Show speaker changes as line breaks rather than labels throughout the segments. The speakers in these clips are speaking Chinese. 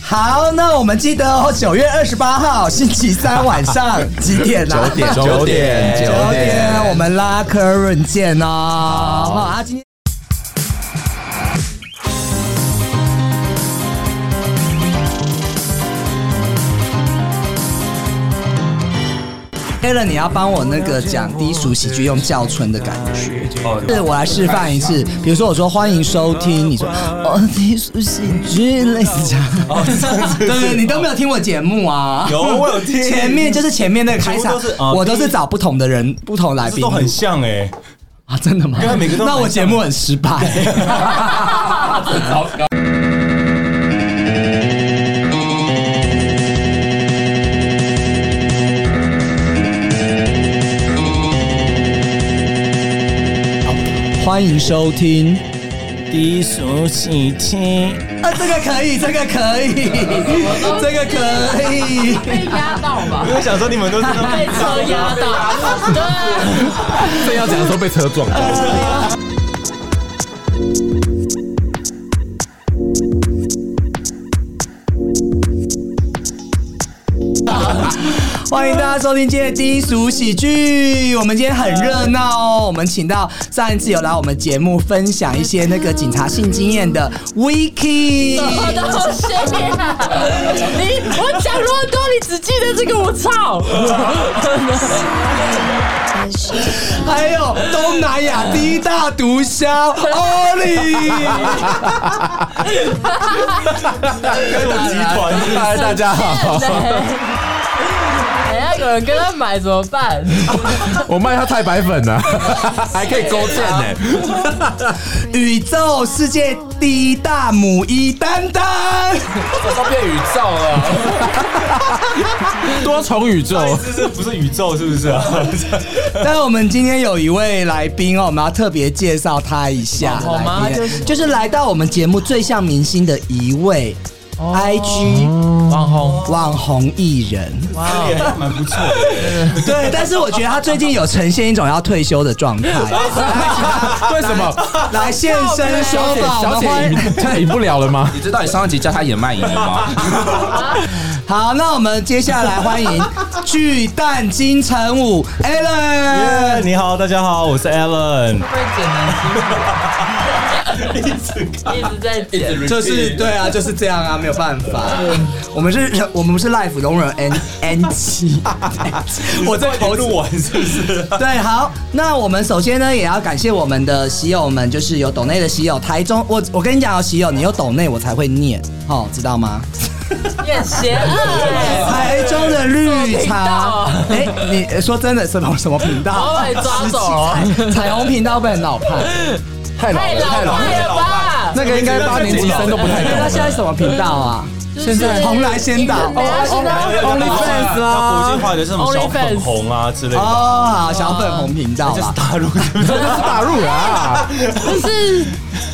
好，那我们记得哦，九月二十八号星期三晚上几点啊？
九点
九 点
九
九
点，
点
我们拉科润见哦。好啊，今天。a l a n 你要帮我那个讲低俗喜剧用叫春的感觉，是我来示范一次。比如说我说欢迎收听，你说哦低俗喜剧类似这样，
哦
对不对？你都没有听我节目啊？
有我有听
前面就是前面那个开场
全部都是啊，
我都是找不同的人、不同来
这
宾
都很像哎、
啊，真的吗
因为每个？都
那我
很
节
像
目很失 败。欢迎收听。
低俗喜听，
啊，这个可以，这个可 以，这个可以。
被压到吧
因？为想说你们都是那
被
种
车压到，对，
正要讲的时候被车撞到。
欢迎大家收听今天的低俗喜剧。我们今天很热闹哦，我们请到上一次有来我们节目分享一些那个警察性经验的 Vicky。
我的东西啊！你我讲那么多，你只记得这个，我操！
还有东南亚第一大毒枭 o l i
各种集团，
嗨，大家
哎
好，
等一下有人跟他买怎么办？
我卖他太白粉啊呢， 还可以勾芡呢。
宇宙世界第一大母一丹丹，
我都变宇宙了， 多重宇宙。
这是不是宇宙是不是啊？
但我们今天有一位来宾哦，我们要特别介绍他一下。
好吗
来宾
就是
就是来到我们节目最像明星的一位
哦
IG
网红，
网红艺人，
哇
也还蛮不错的，
对，但是我觉得他最近有呈现一种要退休的 状态。
为什么
来现身说
小姐
法，我
小
们欢
姐
迎
赢赢不了了吗？
你知道你上一集叫他演卖淫吗？
好，那我们接下来欢迎巨蛋金城武 Alan。
你好，大家好，我是 Alan。
会剪男
一直在剪，
就是对啊，就是这样啊，没有办法。我们是，我们是 life 容忍 N N 七， 我在投
录完是不是？
对，好，那我们首先呢，也要感谢我们的喜友们，就是有抖内的喜友，台中，我我跟你讲哦，喜友，你有抖内我才会念，哦，知道吗？
念邪恶。
台中的绿 茶，哎、你说真的什么什么频
我
道？哎
把你哎抓走，
彩虹频道被很 老派，
太老
太
了，
老
太老了，
派了吧？
那个应该八年级生都不太
那
懂。
现在什么频道啊？
现
红来先打
等一下现在
啊，
OnlyFans 啊
国际化的是什么小粉红啊之类
哦，
的，
好，小粉红频道啦。
大陆
这就是大陆人啊！
就是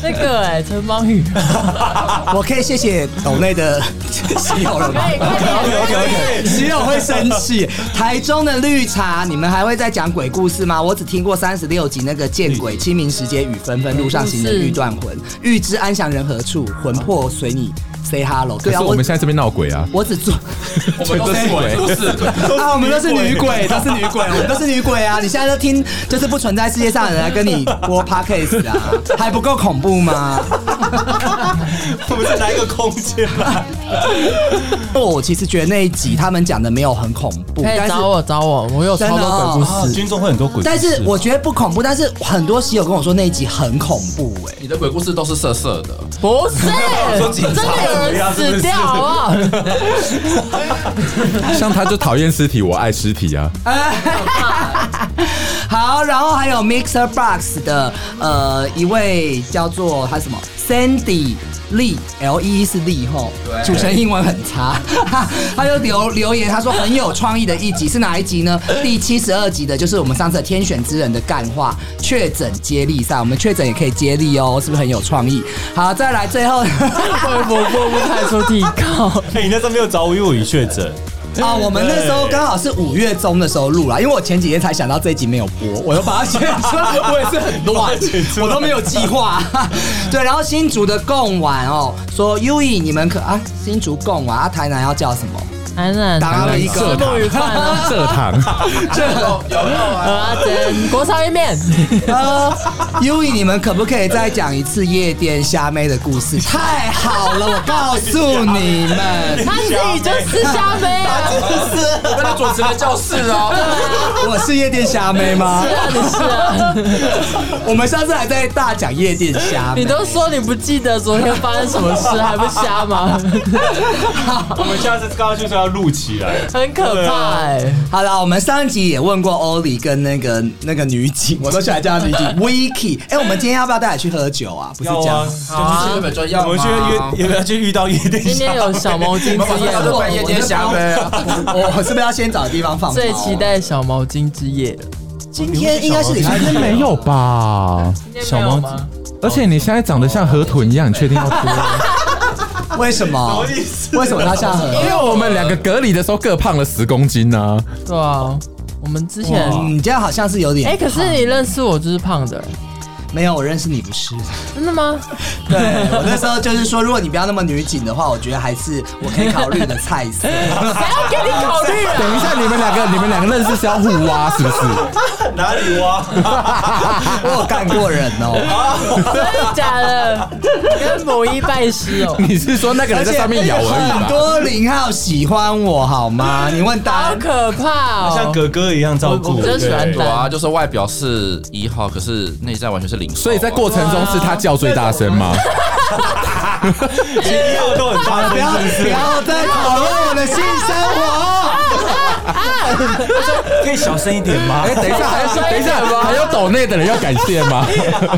那个哎，陈邦宇，
我可以谢谢岛内的 喜友了吗？
可以快点
OK，
喜友会生气。台中的绿茶，你们还会再讲鬼故事吗？我只听过三十六集那个见鬼，清明时节雨纷纷，路上行人欲断魂，欲知安详人何处，魂魄随你 say hello。
可
对
是
啊，
我
我
们现在这边闹鬼啊，
我只做
我们都是鬼。
啊，我们都是女鬼，都是女鬼，我们都是女鬼啊！你现在都听，就是不存在世界上的人来跟你播 podcast 啊，还不够恐怖吗？
我们在哪一个空间啊？
我哦其实觉得那一集他们讲的没有很恐怖，
可
但
以
是哦
找我找我，我有超多鬼故事。
啊，军中会很多鬼故事吧，
但是 我觉得不恐怖，但是很多喜友跟我说那一集很恐怖哎、
你的鬼故事都是色色 的，
哦不是，真的有人死掉好不好？
像他就讨厌尸体，我爱尸体啊。
好，然后还有 Mixer Box 的呃一位叫做他什么 Sandy Lee L E E 是 Lee 吼，主持人英文很差， 他就留留言他说很有创意的一集是哪一集呢？第七十二集的就是我们上次的天选之人的干话确诊接力赛，我们确诊也可以接力哦，是不是很有创意？好，再来最后。
会不会不排除提高？
哎，你那时候没有找我，因为我已确诊，
啊，我们那时候刚好是五月中的时候录啦，因为我前几天才想到这一集没有播，我又把它剪出来，我也是很乱，我都没有计划。 对，然后新竹的贡丸哦，说 U E 你们可啊，新竹贡丸啊，台南要叫什么？
男人
打了一
吃
个
不愉快啊，
蔗糖，
阿珍国潮意 面，
呃，U E 你们可不可以再讲一次夜店虾妹的故事？ 太好了，我告诉你 们，
他自己就是瞎妹啊，
我跟他主持了教室 哦，
我是夜店虾妹吗？
你是啊，
我们上次还在大讲夜店虾妹
你。都说你不记得昨天发生什么事，还不 瞎吗？
我们下次刚刚就说要录起来，
很可怕哎，
好了，我们上一集也问过欧里跟那个那个女警，我都喜欢叫她女警 Vicky。哎、我们今天要不要带你去喝酒啊？不是
要
这样
啊，
吗。
好啊，本专要
我们去约，要不要去遇到夜店？
今天有小毛巾
我们
之夜
马上就半夜
了，
天下呗啊，
我我是不是要先找地方放？啊
最期。待小毛巾之夜了。
今天应该是礼拜
应该 没有吧？
小毛巾，
而且你现在长得像河豚一样，你确定要哭？
为什么？ 为什么他下河？
因为我们两个隔离的时候各胖了十公斤呢、啊。
对啊，我们之前。
嗯，你这样好像是有点……
哎、可是你认识我就是胖的，
没有，我认识你不是。
真的吗？
对我那时候就是说，如果你不要那么女警的话，我觉得还是我可以考虑的菜色。
还要给你考虑 啊！
等一下，你们两个，你们两个认识是要互挖是不是？
哪里 挖？
我有干过人哦，
真的假的？跟某一拜师哦，
你是说那个人在上面咬而已
很
吧？
多零号喜欢我好吗？你问
好
答
可怕哦！
像哥哥一样照顾，
我我真喜欢
对啊，就是外表是一号，可是内在完全是零号啊，
所以在过程中是他叫最大声吗？
一号都很大
不要
声，
不要再讨论我的性生活。
可以小声一点吗
哎、？ 等一 下，还有等一下，还有抖内的人要感谢 吗？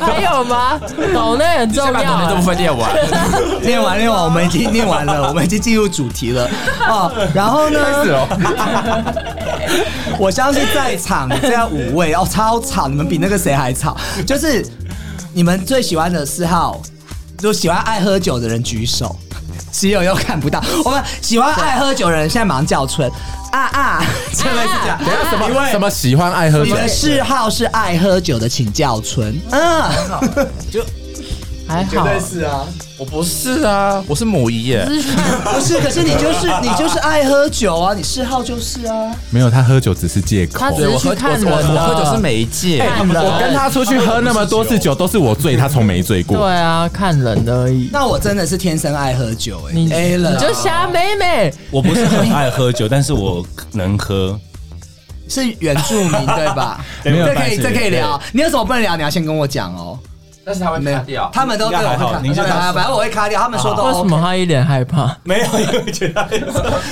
还有吗？懂那很
你
重
先把
要、
抖内这部
啊。
分念完，
念完念完，我们已经念完了，我们已经进入主题了哦。然后
开始
呢，
哦，
我相信在场这样五位哦，超吵，你们比那个谁还吵。就是你们最喜欢的嗜好，就喜欢爱喝酒的人举手。只有又看不到，我们喜欢爱喝酒的人现在马上叫春啊啊，这位是这样。
等一下什么什么喜欢爱喝
你
酒？
的嗜好是爱喝酒的，请叫春。嗯，
还好，
是啊。
我不是啊，我是母一耶，
不是，可是你就是你就是爱喝酒啊，你嗜好就是啊。
没有，他喝酒只是借口
他。只
对
是
我
去
喝
看
我
人
我我
的。
喝酒是媒介，
看人，
我跟他出去喝那么多次酒，都是我醉，他从没醉
对
过。
啊，看人而已。
那我真的是天生爱喝酒哎、
你
欸，A 了
你就瞎妹妹，
我不是很爱喝酒，但是我能喝。
是原住民对吧？
没有
这可以
白痴
这可以聊，你有什么不能聊，你要先跟我讲哦。
但是他会
没有
卡掉，，
他们都
应该
对我
还好
会卡
您先
对
讲
反正我会卡掉，他们说哦都
啊为什
OK。
么他一脸害怕？
没有，因为觉得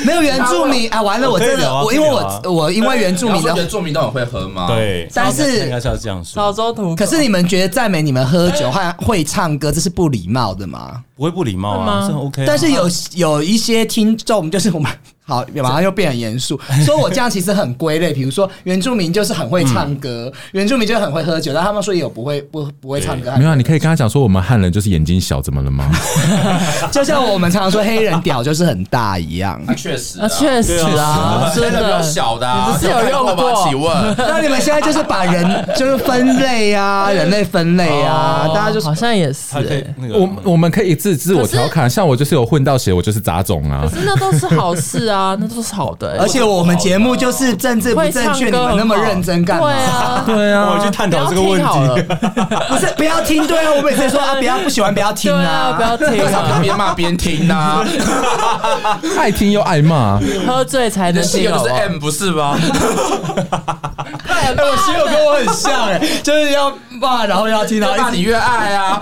没有原住民啊，完了，我
我可以
真的
聊啊
我因为
可以聊
我
啊
我因为原
你
住
要
民
说原
的，
住民都很会喝吗？，
对，
但
应该
是
是要这样说，
老周图，
可是你们觉得赞美你们喝酒和会唱歌，这是不礼貌的吗？
不会不礼貌啊，是很 OK 啊。
但是有有一些听众，就是我们好，马上又变很严 肃，说我这样其实很归类，比如说原住民就是很会唱歌，
嗯
原住民就是很会喝酒，但他们说也有不会不不会唱歌，
没有啊，你可以跟他讲说，我们汉人就是眼睛小，怎么了 吗？
就像我们常常说黑人屌就是很大一 样。
啊，确实
啊，确实啊，
真
真
的没有
的，
小的啊，
你不是有用
吗？
过
请问，
那你们现在就是把人就是分类 啊，人类分类啊，
哦
大家就是
好像也是
还可以
欸。
那个，嗯
我我们可以自自我调侃，像我就是有混到血，我就是杂种啊
可。是那都是好事啊，那都是好的欸。
而且我们节目就是政治不
会
正
唱
确，你
歌
们
很
那么
好
认真干
对
嘛？
啊，
对
我们去
啊，
探讨这个问题。
题。
不是不要听，对啊，我每次说啊，不要不喜欢不要听
对啊，不要 听啊，
边骂边听啊 呐，
爱听又爱骂，
喝醉才
你
能
的性
听
格
好
就
不
是
好？
M 不是吗？
哎，我室友跟我很像哎、就是要骂，然后要听到
越骂你越爱 啊，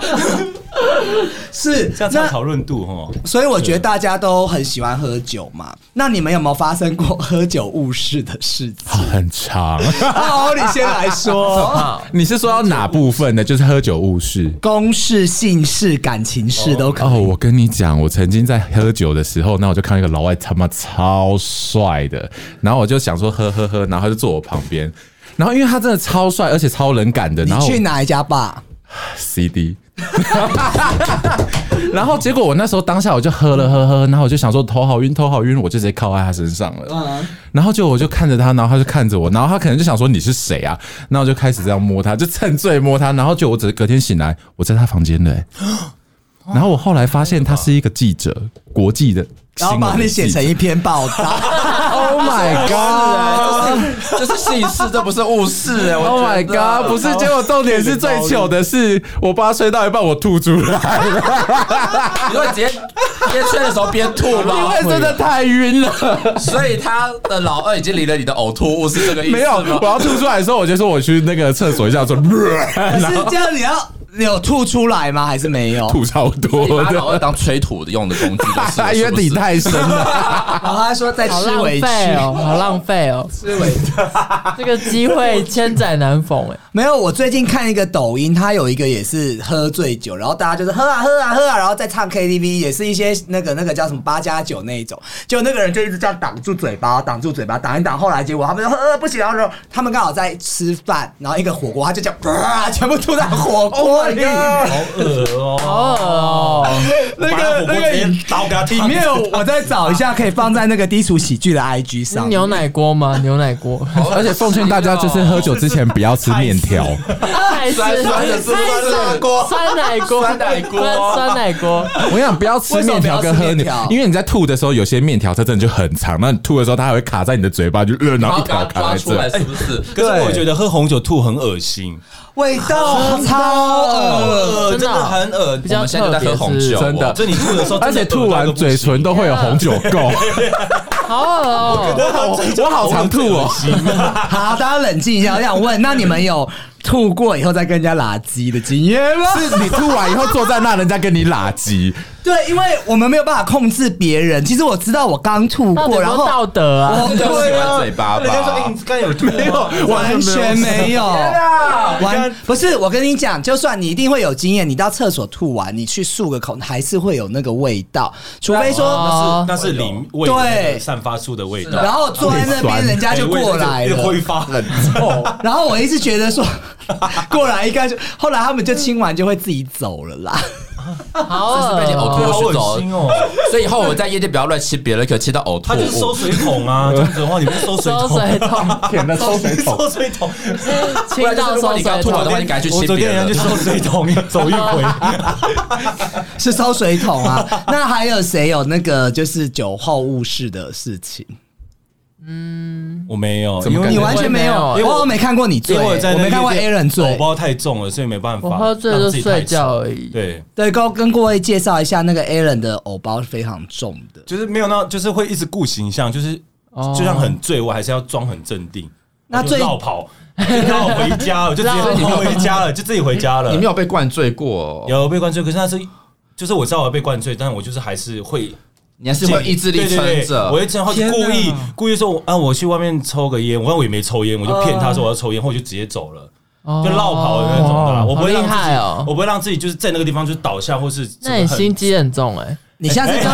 是
这样才有
那，
讨论度哦。
所以我觉得大家都很喜欢喝酒嘛。那你们有没有发生过喝酒误事的事 情？
很长。
好，你先来说，
你是说到哪部分呢？就是喝酒误事。
公事、姓氏、感情事都可以。
哦，我跟你讲，我曾经在喝酒的时候，那我就看到一个老外他妈超帅的，然后我就想说喝喝喝，然后他就坐我旁边，然后因为他真的超帅，而且超能感的，然
你
后
去哪一家吧？
CD，然后结果我那时候当下我就喝了喝喝，然后我就想说头好晕头好晕，我就直接靠在他身上了。
嗯
然后就我就看着他，然后他就看着我，然后他可能就想说你是谁啊？然后我就开始这样摸他，就趁醉摸他，然后就我只隔天醒来，我在他房间的、欸 然后我后来发现他是一个记者，国际的
然
新
后
闻的记者，
把你写成一篇报道。
Oh my god！
这是姓氏，这不是误事哎
，Oh
我
my
觉得
god！不是，结果重点是最糗的是，我爸睡到一半我吐出来，
你会 直接边吹的时候边吐
因
吗？
为真的太晕了。
所以他的老二已经离了你的呕吐物，是这个意思吗
没有，我要吐出来的时候，我就说我去那个厕所一下，说
可欸是这样你要你有吐出来吗？还是没有？
吐超
你
多
把老二
的，
当吹土的用的工具就是 了，
因为
是不
底
是
太深了。
然后他说在
好
吃
浪
委屈，
费哦，好浪费哦，
吃委屈。
这个机会千载难逢哎。
没有，我最近看一个抖音，他有一个也是喝醉酒，然后大家就是喝啊喝啊喝啊，然后再唱 KTV，也是一些那个那个叫什么八加九那一种，就那个人就一直这样挡住嘴巴，挡住嘴巴，挡一挡，后来结果他们说呃不行，然后他们刚好在吃饭，然后一个火锅，他就这样、啊，全部吐在火锅里，
好恶哦、
好恶哦，
那
把
个
火锅
那个
直
影
接倒给他
里
烫
面我再找一下，可以放在那个低俗喜剧的 IG
是
上。
牛奶锅吗？牛奶锅，
哦
而且奉劝大家，就是喝 酒之前不要吃面条，
太酸
酸
酸锅，酸奶锅，酸奶锅， 酸奶锅，
我跟你讲，不要吃面条跟喝
为什么不要吃
牛
面条，
因为你在吐的时候，有些面条它真的就很长，那你吐的时候它还会卡在你的嘴巴，就呃，然
然
后
后
一
把它
条卡
抓
在
出来
这。
是不是？
哎
可是我觉得喝红酒吐很恶心，
味道超恶，
呃，
真
真
的
的
啊
很恶
比较
我们现在
特
就在
别
喝红
是
酒，哦
真的
就哦你吐的时候，
而且吐完嘴唇都会有红酒垢，
好恶 哦。
我好常吐哦。
好，大家冷静一下。我想问，那你们有吐过以后再跟人家拉鸡的经验吗？
是你吐完以后坐在那，人家跟你拉鸡，
对，因为我们没有办法控制别人。其实我知道我刚吐
到底
过，
有
然
没有
后
道德啊？
我
就喜欢嘴巴
人家说：“哎、
吧
你。刚有吐没有啊
完全没有。完
刚
不是，我跟你讲，就算你一定会有经验，你到厕所吐完，你去漱个口，还是会有那个味道，除非说，
哦
那是里味
对
的散发出的味道。”哎
然后坐在那
哎
边，人家就过来了。
挥发很臭。
然后我一直觉得说， 过来应该就，后来他们就清完就会自己走了啦。
好恶
这是被你呕吐
哦，
好
我去
恶心
走，
哦！
所以以后我在夜店不要乱吃别人，可吃到呕吐
他
物。
就是收水桶啊，这样子的话，你不是收水
收
桶？
水桶，
舔的抽水桶。
收水桶，
不
清
然就是
到
如果
收
你刚
水
吐完
桶
的。话，你赶紧去
我
吃
昨
别
天人
人
去
的。
收水桶，走一回。
是烧水桶 啊。那还有谁有那个就是酒后误事的事情？
我没有，
怎么
因为
感
你
觉
完全没有，
我
我
也没有
我没看过你醉，
因为我在
我
那
没看过
夜店
Aaron
偶
醉。
包太重了，所以没办法。
我喝醉就
让自己太
睡觉
重
而已
对，
对，跟跟各位介绍一下，那个 Aaron 的偶包是非常重的。
就是没有那，就是会一直顾形象，就是
哦
就像很醉，我还是要装很镇定。
那
我就
最
绕跑， 就绕回家了，就直
绕
接回家了，就自己回家了。
你没有被灌醉过哦，
有被灌醉，可是那是就是我知道我被灌醉，但我就是还是会
你还是会意志力
对对
撑
对
着。
我一直后
天哪
故意故意说我啊，我去外面抽个烟，我我也没抽烟，我就骗他说我要抽烟，后就直接走了。
哦
就绕跑的那种的啦，
哦
我不会让自
好厉害
己，
啊
哦
我不会让自己就是在那个地方就是倒下，或是
那你心机很重哎、
你下次跟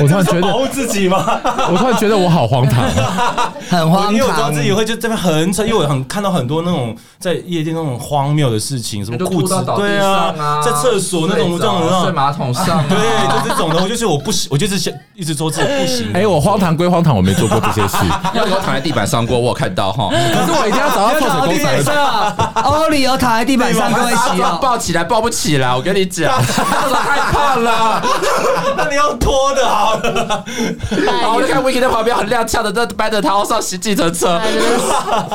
我突然觉
保
得，
护自己吗？
我突然觉得我好荒唐。啊
很
我
荒
因为我知道自己
唐。
会就这边很扯，因为我很看到很多那种在夜店那种荒谬的事情，什么
就
裤
吐
子
到倒
对
地上啊，
在厕所那种
睡
这
着啊
种那
睡
种，
马桶上 啊，
对，就这种的，我就是我不行，我就是想一直说自己不行。
哎，我荒唐归荒唐，我没做过这些事，
要给我躺在地板上过，我有看到 哈。
可是我一定要找到
躺
臭
在
水
地
工才
板上，欧里哦有躺在地板上，各位喜
要
友。
抱起来抱不起来，我跟你 讲，害怕 了。
那你要脱的好了，
然后我就看 Vicky 在旁边很踉跄的在搬着他上行计程车
他，在那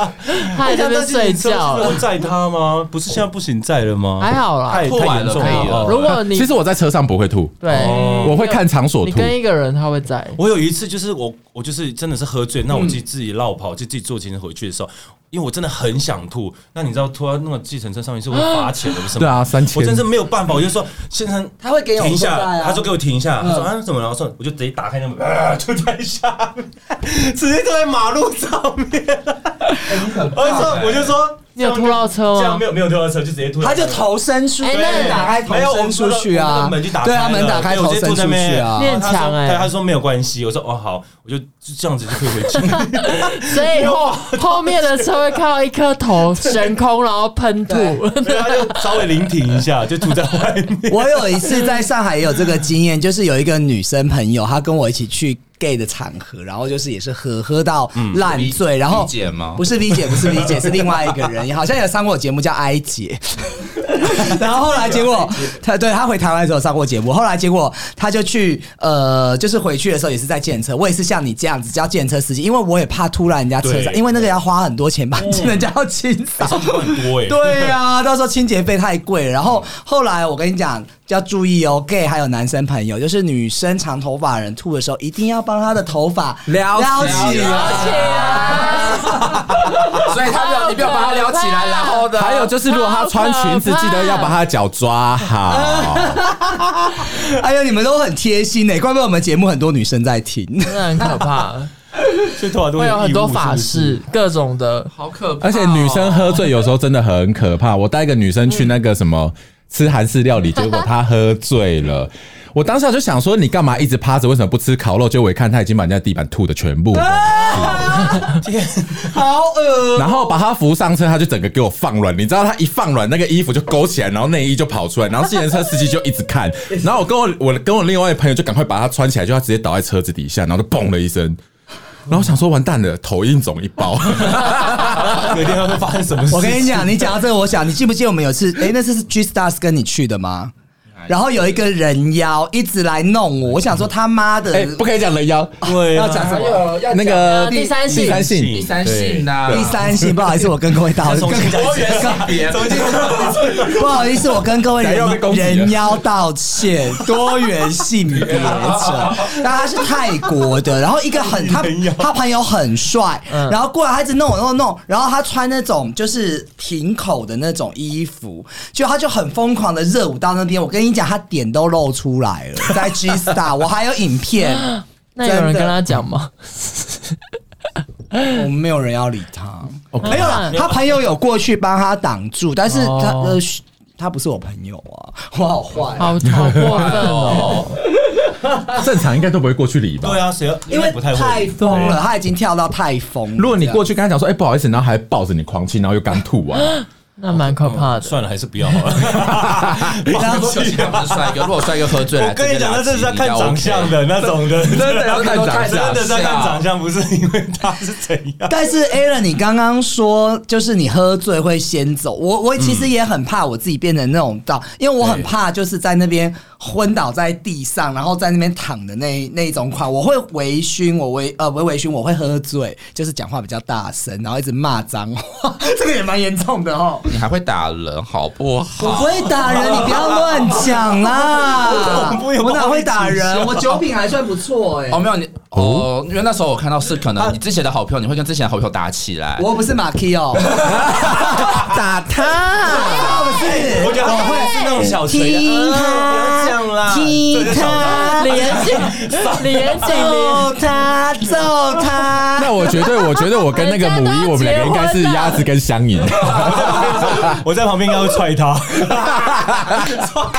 边，他 还在那边睡觉哎
是。会载他吗？不是现在不行载了吗？
还好啦
太
吐完
太严
了哦
重
可以了
如果你
其实我在车上不会吐，
对，
哦
我会看场所
你
吐。
跟一个人他会在，
我有一次就是我我就是真的是喝醉，那我
嗯
自己自己绕跑，就自己坐计程车回去的时候，因为我真的很想吐，那你知道吐到那个计程车上面 是会罚钱的，不是吗？
对啊三千
我真是没有办法，我就说先生，
他会给你
停
红包
下，
袋啊
他说给我停一下，他说啊怎么了？我说我就直接打开那门，啊吐在下面，直接坐在马路上面，我就说我就说。
你有拖到车
这样
吗
没？有没有推到车，就直接推到
他
车。
就头伸出，
哎那
那打开头
没有，我
伸
们
出去
我
啊，
们门就打开了，
对啊，门打开
对我
头
直接
伸
坐
出
在那
去
边
啊
你。很
他
强
说
哎
对他说没有关系，我说哦好，我就就这样子就可以回去。
所以后后面的车会看到一颗头悬空，然后喷吐。
没有，他就稍微临停一下，就吐在外面。
我有一次在上海也有这个经验，就是有一个女生朋友，她跟我一起去 gay 的场合，然后就是也是喝喝到
嗯
烂醉，然后
V 姐吗
不是 V 姐，不是 V 姐，是另外一个人，好像有上过我节目叫 I 姐。 然后后来结果，她 对她回台湾的时候上过节目，后来结果她就去呃，就是回去的时候也是在建车，我也是像你这样子叫建车司机，因为我也怕突然人家车上，
对
因为那个要花很多钱吧，人家要清扫。
很多
哦
哎，
对呀、到时候清洁费太贵了。然后后来我跟你讲，要注意哦，gay 还有男生朋友，就是女生长头发的人吐的时候，一定要帮她的头发撩起啊来。
啊
所以他没有，你没有把他撩起来，然后呢？
还有就是，如果他穿裙子，
好可怕
记得要把他的脚 抓好。
哎呦，你们都很贴心呢、怪不得我们节目很多女生在 听。
真的很可怕，
所以头发都
会有很多法
式。
事，各种的。
好可怕哦
而且女生喝醉有时候真的很可怕。我带一个女生去那个什
哦
么吃韩式料理，结果她喝醉 了。我当下就想说，你干嘛一直趴着？为什么不吃烤肉？结果我一看，她已经把人家地板吐的全部了，
啊好恶
然后把她扶上车，她就整个给我放软。你知道，她一放软，那个衣服就勾起来，然后内衣就跑出来，然后自行车司机就一 直看。然后我跟我我跟我另外一个朋友就赶快把她穿起来，就她直接倒在车子底下，然后就嘣了一声。然后我想说完蛋了，头硬肿一包。
隔天会发生什么事？
我跟你讲，你讲到这个，我想你记不记得我们有 次，哎、那次是 G Stars 跟你去的吗？
哎
然后有一个人妖一直来弄我，我想说他妈的，
哎、不可以讲人妖，
对啊
要 讲什么？
那个
啊
第三性
第三性，
第三啊性呐，
第三性，不好意思，我跟各位道歉，
啊重 新讲一次
更
别
重新讲一 次
不好意思，我跟各位
哪又被
人
攻击了
人妖道 歉，多元性别者，但他是泰国的，然后一个很他
人妖
他朋友很帅，
嗯
然后过来他一直弄我弄我弄，然后他穿那种就是平口的那种衣服，就他就很疯狂的热舞到那边，我跟你讲，他点都露出来 了，在 G Star，我还有影 片，
那有人
真的
跟他讲吗？
我们没有人要理他，没有啦，他朋友有过去帮他挡住，但是他
哦
呃。他不是我朋友啊，我好坏、啊，
好好过分 哦！
正常应该都不会过去理吧？
对啊，谁要
因为
不太
太
会
疯了，他已经跳到太疯了。
如果你过
去，
去跟他讲说，哎、不好意思，然后还抱着你狂亲，然后又刚吐完，
那蛮可怕的。
算了，还是不要好了。
如果不是帅哥，如果帅哥喝醉，
我跟你讲，那真的是在看长相的那种的， 真
的要看长
真
相
的是在看长相，不是因为他是怎 样。
但是 Aaron，你刚刚说就是你喝醉会先走，我我其实也很怕我自己变成那种到，因为我很怕就是在那边昏倒在地上，然后在那边躺的那那一种款，我会微醺，我微呃微微醺，我会喝醉，就是讲话比较大声，然后一直骂脏话， 这个也蛮严重的哦。
你还会打人，好不好？
我不会打人，你不要乱讲啦！
我也 不
我哪会打人？我酒品还算不错哎、
哦，没有你哦，因为那时候我看到是可能你之前的好朋友，你会跟之前的好朋友打起来。
我不是马 k 哦，打他！不是，
我觉得他
我
会是那种小锤的，
哦踢他踢
嗯不要这样啦，对就小
他，
李延 庆，李延庆，
揍 他，揍他！
那我绝对，我觉得我跟那个母一，我们两个应该是鸭子跟香银。
我在旁边应该会踹他。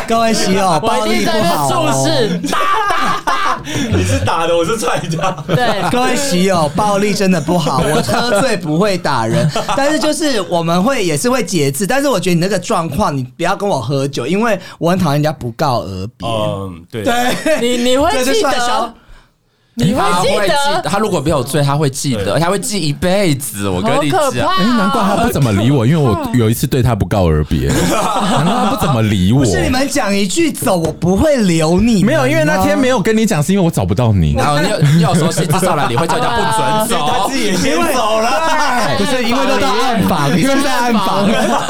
各位喜友，
我
暴
一
力
定
不
在那
好
注
哦。
视，打
你是打的，我是踹他。
对。
各位喜友，暴力真的不 好。我喝醉不会打人，但是就是我们会也是会节制。但是我觉得你那个状况，你不要跟我喝酒，因为我很讨厌人家不告而别。
嗯，对，
对，
你你会
这就
记
算消
得，你
他
会记
会记，
得，
他如果没有醉，他会记得，
对
而且他会记一辈子。我跟
好
你
可
啊
讲，
哎、难
怕
怪
哦！
他不怎么理我，因为我有一次对他不告而别，难怪他不怎么理我
不。是你们讲一句走，我不会留你。
没有，因为那天没。有跟你讲，是因为我找不到你。
然后你有你有时候是至少来，你会叫人家不准
所以他
走
自。己也先走了。
不是因为都到暗房，因为在暗房，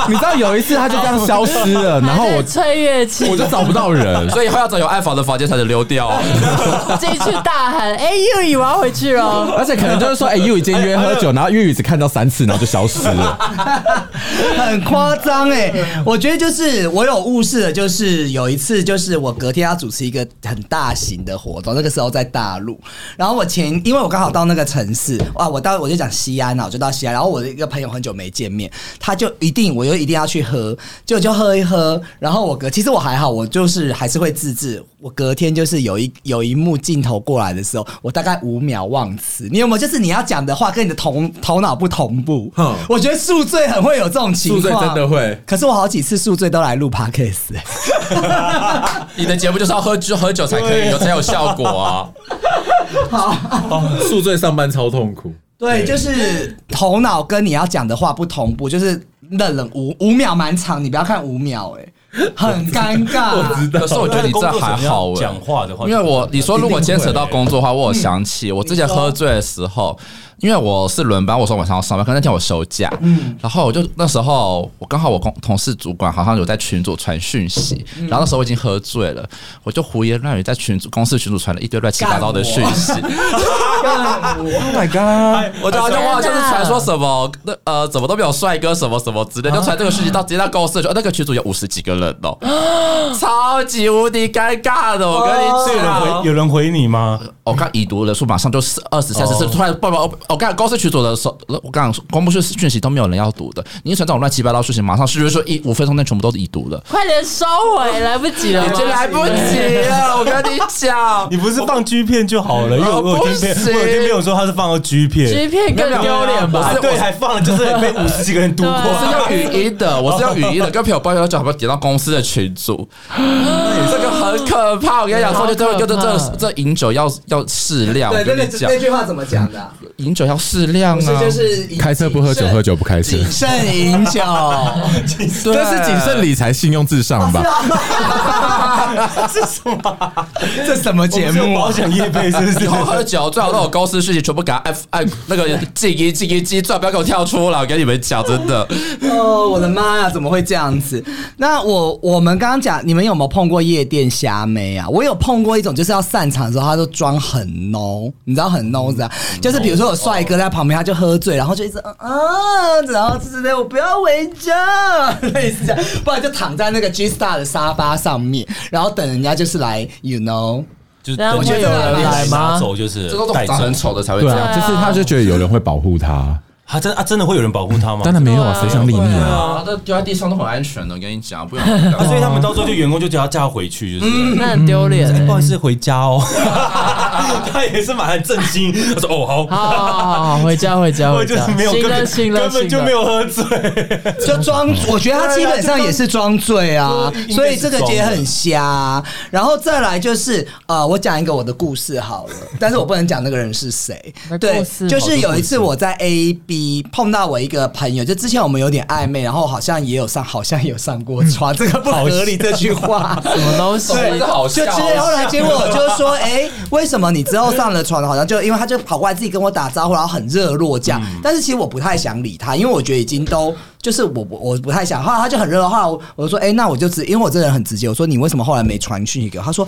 你知道有一次他就这样消失了，然后 我
还在吹乐器
我就找不到人。
所以以后要找有暗房的房间才能溜掉哦。
进去大喊哎，又以为要回去 了。
而且可能就是说，哎、欸，又已经约喝酒，然后粤语只看到三次，然后就消失了。
很夸张哎！我觉得就是我有误事的，就是有一次，就是我隔天要主持一个很大型的活动，那个时候在大陆，然后我前因为我刚好到那个城市，哇，我到我就讲西安啊，我就到西安，然后我的一个朋友很久没见面，他就一定我就一定要去喝，就就喝一喝，然后我隔其实我还好，我就是还是会自制，我隔天就是有一 有一幕镜头过来的时候，我大概五秒忘词，你有没有？就是你要讲的话跟你的头头脑不同步
哼，
我觉得宿醉很会有这种情
宿
况，
醉真的会。
可是我好几次宿醉都来录 podcast，、欸、
你的节目就是要喝酒喝酒才可以有才有效果啊！
哦宿醉上班超痛苦，
对，就是头脑跟你要讲的话不同步，就是愣愣五五秒蛮长，你不要看五秒、欸，很尴尬。
可是我觉得你这还好哎、
欸讲话的话，
因为我你说如果牵扯到工作的话，我有想起我之前喝醉的时候，因为我是轮班，我说晚上要上班，可是那天我休假，嗯，然后我就那时候我刚好我同同事主管好像有在群组传讯息，然后那时候我已经喝醉了，嗯我就胡言乱语在群组公司群组传了一堆乱七八糟的讯息，
Oh my
哎
god！
我就
啊
好像忘了，就是传说哎什么那呃怎么都没有帅哥什么什么之类，就传这个讯 息到直接到公司去，呃那个群组有五十几个人 哦，超级无敌尴尬的，我跟
有
你
人
讲。
回有人回你吗？
我看已读人数马上就是二十三十是突然爆爆！我刚公司群组的时候，我刚公布讯讯息都没有人要读的，你一传这种乱七八糟讯息，马上是不是说一五分钟内全部都是已读的？
快点收回，来不及了
已
吗。
经来不及了，我跟你 讲，
你不是放 G 片就好了，因为我我有听
不
片，
行
我有听朋友说他是放了 G
纸
片，
片更丢脸吧啊
啊？对，还放了，就是被五十几个人读
我是
过，
用语音的，我是用语音的，跟朋友抱怨，就好不好点到公司的群组，这个很可怕。我跟你讲，说就这就这这这饮酒要要适量，我
对，那
跟
个
你讲
那，句话怎么讲的啊、
饮酒要适量
不是
啊，
就是
开车不喝酒，喝
酒
酒不开车
谨，慎饮酒，
对
但是谨慎理财，信用至上吧。
啊
这什么节目
我
啊
好？想夜配，是不
以
啊
是？
后喝酒最好那种公司事情全部给他按按那个静音静音机，最好不要给我跳出来。我跟你们讲，真的，
哦，我的妈呀，怎么会这样子？那我我们刚刚讲，你们有没有碰过夜店虾妹啊？我有碰过一种，就是要散场的时候，他就装很孬，你知道很孬是啊，就是比如说有帅哥在旁边，他就喝醉，然后就一直嗯啊，然后之类，我不要回家， 类似这样，不然就躺在那个 G Star 的沙发上面，然后等人家就是来，you know。
就是
然后
等一下
会有人来吗
拿走就是
这种
带走
长很丑的才会这
对
样。
啊，就是他就觉得有人会保护他，
啊，真啊，真的会有人保护他吗？
当然没有啊，谁想理你啊？
啊，这丢在地上都很安全的，我跟你讲，不用。
啊，所以他们到时候就员工就叫他叫他回去，就是。哎
那很丢脸欸。
不好意思，回家哦。 他也是蛮震惊，他说：“哦，好，
好好好好，回家回家
我
回
就
家，
是没有
行
根
了
本
行了，
根本
行
就
了
没有喝醉。
就装，
嗯
我觉得他
啊
基本上也是装醉啊
对啊，
所以这个也很瞎啊、然后再来就是，呃，我讲一个我的故事好了，但是我不能讲那个人是谁
那。
对
故事，
就是有一次我在 A B 碰到我一个朋友，就之前我们有点暧昧，然后好像也有上，好像也有上 过床，这个不合理这句话。
什么东西。
这好
就之类，后来结果我就说，哎、为什么你之后上了床，好像就因为他就跑过来自己跟我打招呼，然后很热络这样。但是其实我不太想理他，因为我觉得已经都就是我不我不太想。后来他就很热络，后来我我就说，哎、那我就直，因为我这人很直接，我说你为什么后来没传讯息给我？他说。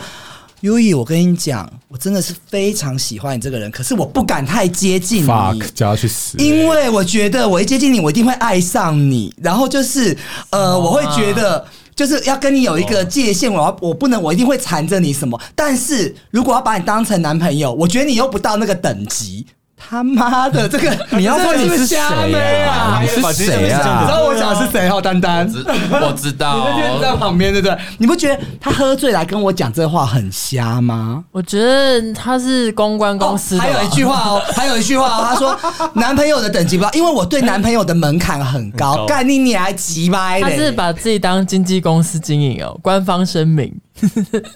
优以，我跟你讲，我真的是非常喜欢你这个人，可是我不敢太接近你。
fuck，就要去死。
因为我觉得我一接近你，我一定会爱上你。然后就是
啊
呃，我会觉得就是要跟你有一个界限，我要我不能，我一定会缠着你什么。但是如果要把你当成男朋友，我觉得你又不到那个等级。他妈的，这个
你要说你是
这
谁
个瞎妹
啊？
啊
你？是谁
你知
啊？
道我讲的是谁哦，丹丹。
我知道
那。天在旁边，对不对？你不觉得他喝醉来跟我讲这话很瞎吗？
我觉得他是公关公司
哦
的吧，
还有一句话哦，还有一句话哦，他 说男朋友的等级不高，因为我对男朋友的门槛很
很
高，
高
干你你还急歪
他
嘞，
是把自己当经纪公司经营哦，官方声明，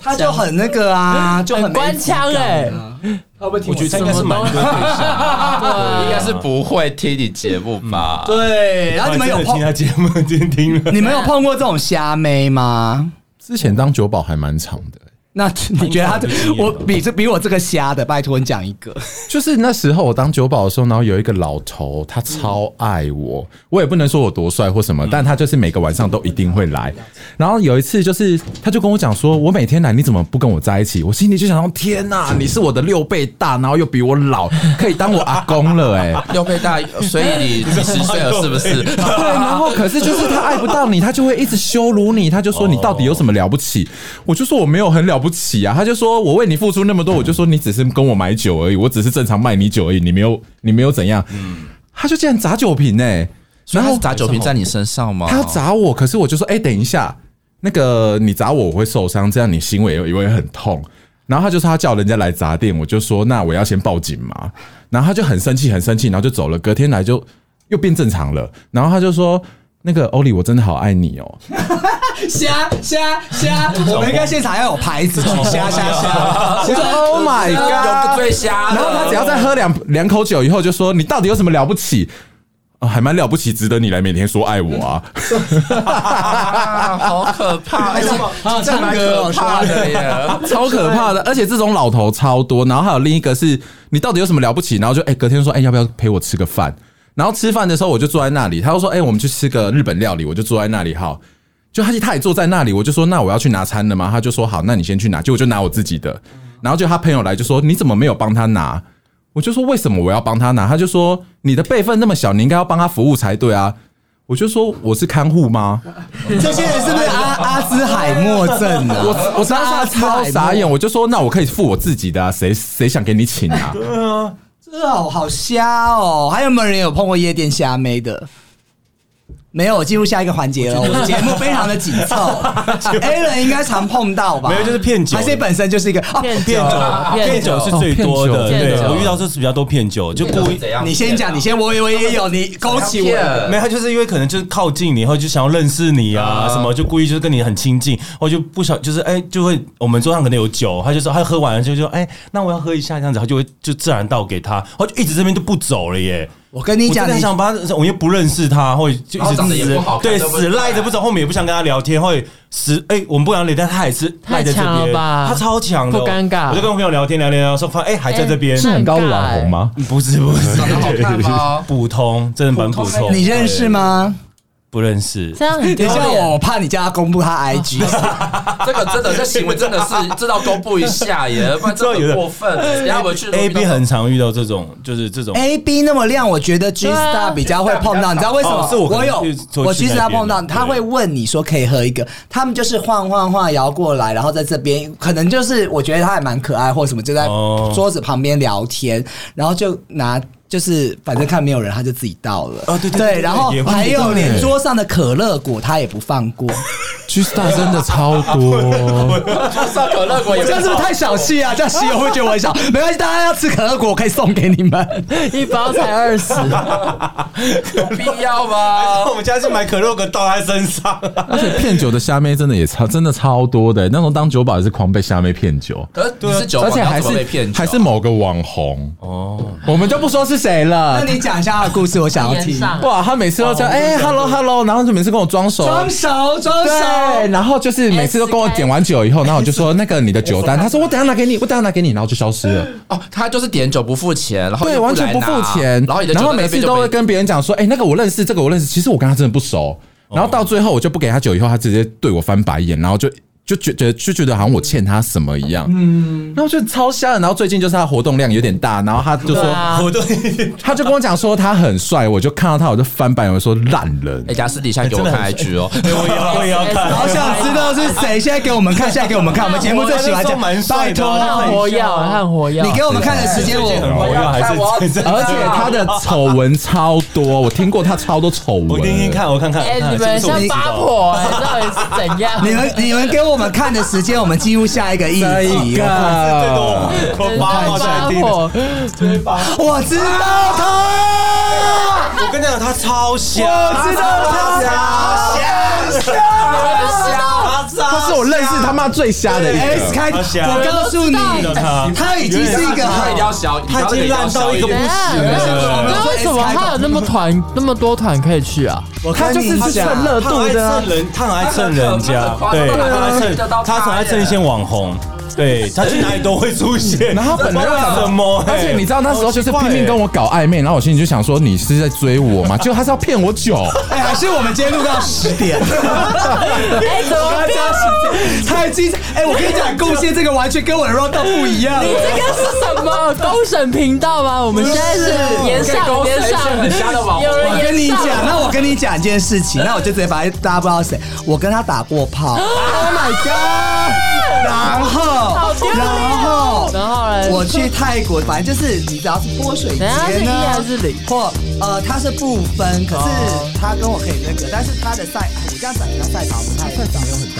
他就很那个啊，就很
很官腔哎，
啊
他会不会
我觉得他应该是
什么东
蛮多
西
对象，
应该是不会听你节目吧？
对，然后你们有
哦
真
碰
的听
啊
他节目，今天听了。
你们有碰过这种虾妹吗？
之前当酒保还蛮长的，
那你觉得他
蛮有经验的
我比这比我这个瞎的，拜托你讲一个。
就是那时候我当酒保的时候，然后有一个老头，他超爱我，我也不能说我多帅或什么，但他就是每个晚上都一定会来。然后有一次就是，他就跟我讲说，我每天来，你怎么不跟我在一起？我心里就想说，天哪、你是我的六倍大，然后又比我老，可以当我阿公了哎、
六倍大，所以你几十岁了是不是？
对，然后可是就是他爱不到你，他就会一直羞辱你，他就说你到底有什么了不起？我就说我没有很了不起啊，他就说我为你付出那么多，我就说你只是跟我买酒而已，我只是正常卖你酒而已，你没有你没有怎样，他就竟然砸酒瓶哎、
然
然
后
后
砸酒瓶在你身上吗？
他要砸我，可是我就说，哎、等一下，那个你砸我我会受伤，这样你心尾也会很痛。然后他就说他叫人家来砸店，我就说那我要先报警嘛。然后他就很生气，很生气，然后就走了。隔天来就又变正常了。然后他就说。那个欧里，我真的好爱你哦！
瞎瞎瞎！我们应该现场要有牌子举瞎瞎 瞎。
我说 Oh my
有
god！
最瞎
然后他只要再喝两两口酒以后，就说你到底有什么了不起？啊，还蛮了不起，值得你来每天说爱我啊！
啊，好可怕！哎，
好
这
唱
蛮
歌
可
哦，
怕的耶。
超可怕的，而且这种老头超多。然后还有另一个是，你到底有什么了不起？然后就哎、隔天说哎、要不要陪我吃个饭？然后吃饭的时候我就坐在那里，他就说哎、我们去吃个日本料理，我就坐在那里好。就他他也坐在那里，我就说那我要去拿餐了吗？他就说好，那你先去拿。结果就拿我自己的，然后就他朋友来就说你怎么没有帮他拿？我就说为什么我要帮他拿？他就说你的辈分那么小，你应该要帮他服务才对啊。我就说我是看护吗？
这些人是不是阿阿兹海默症啊？
我我当
阿
下
兹海
超
默
傻眼，，我就说那我可以付我自己的啊，谁谁想给你请啊？
这好好瞎哦！还有没有人有碰过夜店瞎妹的？没有，进入下一个环节了。我们节目非常的紧 凑，A 人应该常碰到吧？
没有就是骗酒
还是本身就是一个哦
欸骗啊
骗酒，啊骗酒是最多的。
哦
骗酒
对
骗酒
我遇到这次比较多骗酒，就故意。
你先讲，你先，我以为也有，你勾起我的。
没有，他就是因为可能就是靠近你，然后就想要认识你啊，什么就故意就是跟你很亲近，或就不想就是哎、就会我们桌上可能有酒，他就说他喝完了就说哎、那我要喝一下这样子，他就会就自然倒给他，然后就一直这边就不走了耶。
我跟你
我真
讲，
的
你
很想把他，我又不认识他，或者就
然后
一
长得
直
也
死
不好看
对
对不对
死赖着不走，后面也不想跟他聊天，会死哎、我们不想理，但他也是
太
赖在这
强了
边，
吧
他超强的，
不尴尬
我就跟朋友聊天聊天聊天，说发现哎、还在这边，
是很高的
网
网
红
红
吗？
不是不是，
长得好看吗？
普通，真的蛮普通。
你认识吗？
不认识？
哎这样很
等
丢
一下，
脸。
我怕你叫他公布他
哦
IG，
这个真的，这行为真的是知道公布一下耶，不然真的很过分。然后我去
A B 很 常遇到这种，就是这种
A B 那么亮，我觉得 G
对啊
Star 比较会碰 到，你知道为什么
哦？是我可能
我有
去做
我
去
G
那
Star
边
碰到，
的
他
对
会问你说可以喝一个，他们就是晃晃晃摇过来，然后在这边，可能就是我觉得他还蛮可爱或什么，就在
哦
桌子旁边聊天，然后就拿。就是反正看没有人，他就自己倒了。
哦对对对对
然后
也会
还有
对
连桌上的可乐果他也不放 过，
G Star 真的超多，
上可乐果也
我这样是不是太小气啊？这样室友会觉得我很 小。没关系，大家要吃可乐果，我可以送给你们。
一包才二十，
有必要吗？
我们家是买可乐可倒在身上，
而且骗酒的虾妹真的也超真的超多的、那时候当酒保也是狂被虾妹骗酒，
可是你是酒保，
啊而且
你要
还
怎么被骗
是
酒
还是某个网红哦，我们就不说是谁了
那。你讲一下他的故事，我想要听
延。上
哇，他每次都这样，哎，hello hello，然后就每次跟我装熟，
装熟，装
对，
哦
熟。
然后就是每次都跟我点完酒以后，然后我就说那个你的酒 单，他说我等一下拿给你，我等一下拿给你，然后就消失了。
哦，他就是点哦酒不付钱，然后
对，
就
完全
来
不
拿
付钱，
然后你的酒在
每
那边
次
就
都会
被哦
跟别人讲说，哎、那个我认识，这个我认识，其实我跟他真的不熟。然后到最后我就不给他酒，以后他直接对我翻白眼，然后就就觉觉得就觉得好像我欠他什么一样。嗯，然后就超瞎的。然后最近就是他的活动量有点大，然后他就说，
对啊，
我都
他就跟我讲说他很帅，我就看到他我就翻白眼，我说烂人
哎，。家私底下给我看 IG 哦，
我也要我也要看，
好想知道是谁，现在给我们看，现在给我们看，我们节目最喜欢这样
我那时候蛮
拜
帅的
托，
啊
他很活跃，他很活跃。
你给我们看的时间，
最近很
我
活跃还是真的？
而且他的丑闻超多，我听过他超多丑闻。
我听听看，我看看，
哎，
看
你们
是不是我
像
知道
八婆，哎到底是怎样？
你们你们给我们看的时间，我们进入下一个议
哎
下一
题。
最多
个，
我我八
八
婆在听。
婆，
我知道他，
我跟你讲，他超香，
我知道他超想
他超
他是我认识他妈最瞎的一
哎
个。
S 开，
他瞎
我告诉
知道
你，
他
他已经是一个
他一定要小，
他已经烂到一个不
等一下
行
等一下
了。
那为什么他有那么团那么多团可以去啊？
我
他就是去蹭热
他很
度
爱
的啊
蹭人，他很爱蹭人家，
他很
对，
夸
他
张
很爱
他很夸
蹭，
张
他很爱蹭一些网红，对他去哪里都会出现。
然后本来
不知道为什么？
而且你知道那时候就是
哎好奇怪
拼
欸
命跟我搞暧昧，然后我心里就想说你是在追我吗？结果他是要骗我酒，
哎，还是我们今天录到十点。
哎，怎
我
么
刚
变？
加时间，太精彩！哎、我跟你讲，贡献这个完全跟我的 round 不一样。
你这个是什么公审频道吗？我们现在是延上延上，有人
我跟你
延
讲，
上。
那我跟你讲一件事情，那我就直接把大家不知道谁，我跟他打过炮。oh my god！然后，
丢脸哦
然后，
然后嘞
我去泰国，反正就是你只要是泼水节
等一下是一
呢
还是哦零，
或呃，他是不分，可是他跟我可以那个，但是他的赛，我这样讲，他赛场不太没有很